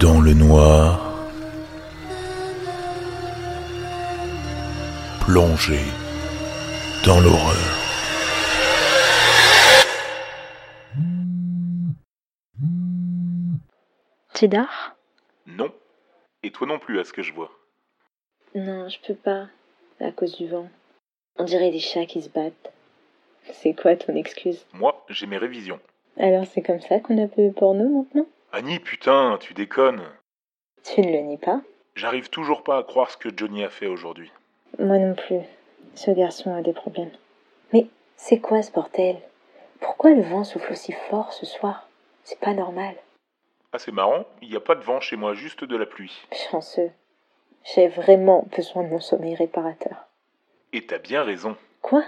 dans le noir, plongé dans l'horreur. Tidar Non. Et toi non plus, à ce que je vois. Non, je peux pas, à cause du vent. On dirait des chats qui se battent. C'est quoi ton excuse Moi, j'ai mes révisions. Alors c'est comme ça qu'on appelle le porno maintenant Annie, putain, tu déconnes. Tu ne le nies pas J'arrive toujours pas à croire ce que Johnny a fait aujourd'hui. Moi non plus. Ce garçon a des problèmes. Mais c'est quoi ce bordel Pourquoi le vent souffle aussi fort ce soir C'est pas normal. Ah, c'est marrant, il n'y a pas de vent chez moi, juste de la pluie. Chanceux. J'ai vraiment besoin de mon sommeil réparateur. Et t'as bien raison. Quoi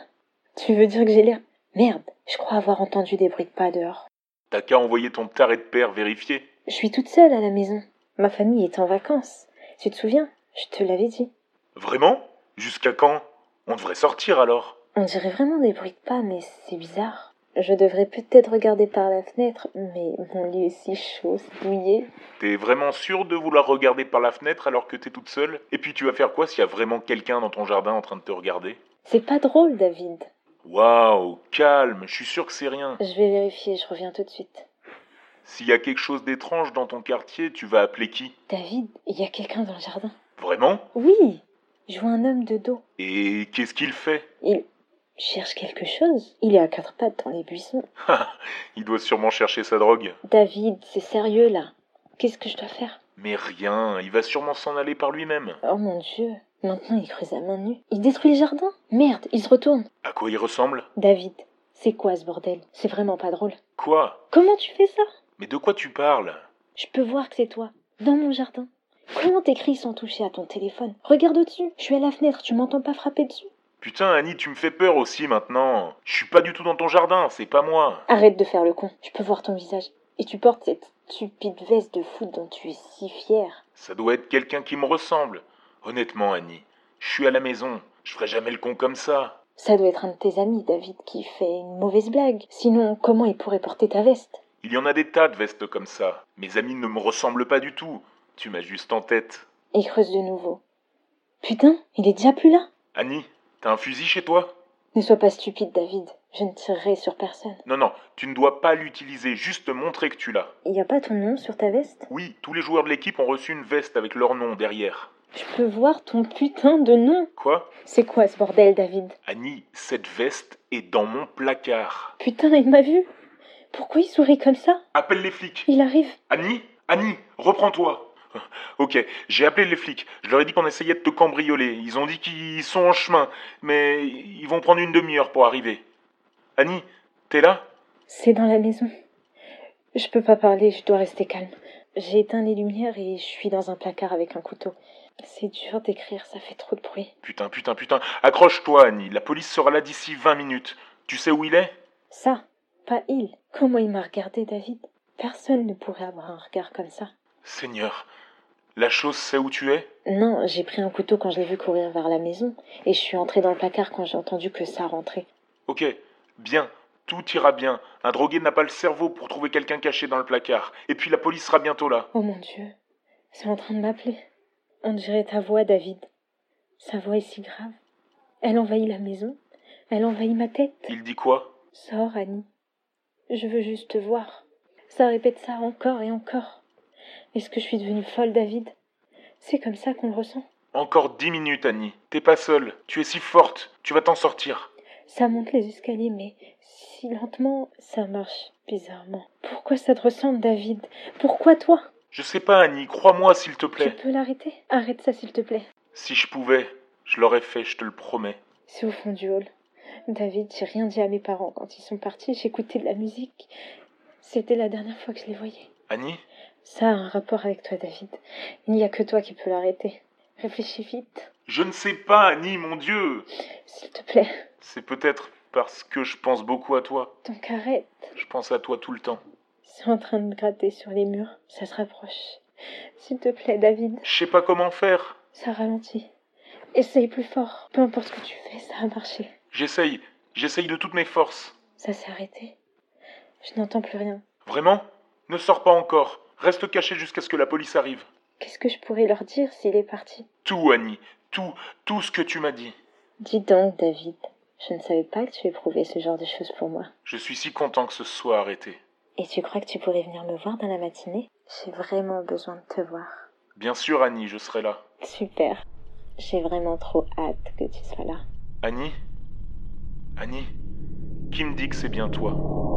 Tu veux dire que j'ai l'air. Merde, je crois avoir entendu des bruits de pas dehors. T'as qu'à envoyer ton taré de père vérifier. Je suis toute seule à la maison. Ma famille est en vacances. Tu te souviens Je te l'avais dit. Vraiment Jusqu'à quand On devrait sortir alors. On dirait vraiment des bruits de pas, mais c'est bizarre. Je devrais peut-être regarder par la fenêtre, mais mon lit est si chaud, si mouillé. T'es vraiment sûr de vouloir regarder par la fenêtre alors que t'es toute seule Et puis tu vas faire quoi s'il y a vraiment quelqu'un dans ton jardin en train de te regarder C'est pas drôle, David. Waouh, calme, je suis sûr que c'est rien. Je vais vérifier, je reviens tout de suite. S'il y a quelque chose d'étrange dans ton quartier, tu vas appeler qui David, il y a quelqu'un dans le jardin. Vraiment Oui Je vois un homme de dos. Et qu'est-ce qu'il fait Il cherche quelque chose. Il est à quatre pattes dans les buissons. Il doit sûrement chercher sa drogue. David, c'est sérieux là. Qu'est-ce que je dois faire Mais rien, il va sûrement s'en aller par lui-même. Oh mon dieu Maintenant il creuse à main nue. Il détruit le jardin Merde, il se retourne À quoi il ressemble David, c'est quoi ce bordel C'est vraiment pas drôle. Quoi Comment tu fais ça Mais de quoi tu parles Je peux voir que c'est toi, dans mon jardin. Comment t'écris sans toucher à ton téléphone Regarde au-dessus, je suis à la fenêtre, tu m'entends pas frapper dessus Putain, Annie, tu me fais peur aussi maintenant. Je suis pas du tout dans ton jardin, c'est pas moi. Arrête de faire le con, je peux voir ton visage. Et tu portes cette stupide veste de foot dont tu es si fier. Ça doit être quelqu'un qui me ressemble. Honnêtement, Annie, je suis à la maison. Je ferai jamais le con comme ça. Ça doit être un de tes amis, David, qui fait une mauvaise blague. Sinon, comment il pourrait porter ta veste Il y en a des tas de vestes comme ça. Mes amis ne me ressemblent pas du tout. Tu m'as juste en tête. Il creuse de nouveau. Putain, il est déjà plus là Annie, t'as un fusil chez toi Ne sois pas stupide, David. Je ne tirerai sur personne. Non, non, tu ne dois pas l'utiliser, juste montrer que tu l'as. Il n'y a pas ton nom sur ta veste Oui, tous les joueurs de l'équipe ont reçu une veste avec leur nom derrière. Je peux voir ton putain de nom. Quoi C'est quoi ce bordel, David Annie, cette veste est dans mon placard. Putain, il m'a vu. Pourquoi il sourit comme ça Appelle les flics. Il arrive. Annie Annie, reprends-toi Ok, j'ai appelé les flics. Je leur ai dit qu'on essayait de te cambrioler. Ils ont dit qu'ils sont en chemin, mais ils vont prendre une demi-heure pour arriver. Annie, t'es là C'est dans la maison. Je peux pas parler, je dois rester calme. J'ai éteint les lumières et je suis dans un placard avec un couteau. C'est dur d'écrire, ça fait trop de bruit. Putain, putain, putain. Accroche-toi, Annie. La police sera là d'ici 20 minutes. Tu sais où il est Ça, pas il. Comment il m'a regardé, David Personne ne pourrait avoir un regard comme ça. Seigneur, la chose sait où tu es Non, j'ai pris un couteau quand je l'ai vu courir vers la maison, et je suis entrée dans le placard quand j'ai entendu que ça rentrait. Ok, bien. Tout ira bien. Un drogué n'a pas le cerveau pour trouver quelqu'un caché dans le placard. Et puis la police sera bientôt là. Oh mon Dieu, c'est en train de m'appeler. On dirait ta voix, David. Sa voix est si grave. Elle envahit la maison, elle envahit ma tête. Il dit quoi Sors, Annie. Je veux juste te voir. Ça répète ça encore et encore. Est-ce que je suis devenue folle, David C'est comme ça qu'on le ressent. Encore dix minutes, Annie. T'es pas seule. Tu es si forte. Tu vas t'en sortir. Ça monte les escaliers, mais si lentement, ça marche bizarrement. Pourquoi ça te ressemble, David Pourquoi toi Je sais pas, Annie. Crois-moi, s'il te Tu plaît. peux l'arrêter Arrête ça, s'il te plaît. Si je pouvais, je l'aurais fait, je te le promets. C'est au fond du hall. David, j'ai rien dit à mes parents. Quand ils sont partis, j'écoutais de la musique. C'était la dernière fois que je les voyais. Annie Ça a un rapport avec toi, David. Il n'y a que toi qui peux l'arrêter. Réfléchis vite, Je ne sais pas, Annie, mon Dieu s'il te plaît. C'est peut-être parce que je pense beaucoup à toi. Donc arrête. Je pense à toi tout le temps. C'est en train de gratter sur les murs. Ça se rapproche. S'il te plaît, David. Je sais pas comment faire. Ça ralentit. Essaye plus fort. Peu importe ce que tu fais, ça a marché. J'essaye. J'essaye de toutes mes forces. Ça s'est arrêté. Je n'entends plus rien. Vraiment Ne sors pas encore. Reste caché jusqu'à ce que la police arrive. Qu'est-ce que je pourrais leur dire s'il est parti Tout, Annie. Tout, tout ce que tu m'as dit. Dis donc, David, je ne savais pas que tu éprouvais ce genre de choses pour moi. Je suis si content que ce soit arrêté. Et tu crois que tu pourrais venir me voir dans la matinée J'ai vraiment besoin de te voir. Bien sûr, Annie, je serai là. Super. J'ai vraiment trop hâte que tu sois là. Annie Annie Qui me dit que c'est bien toi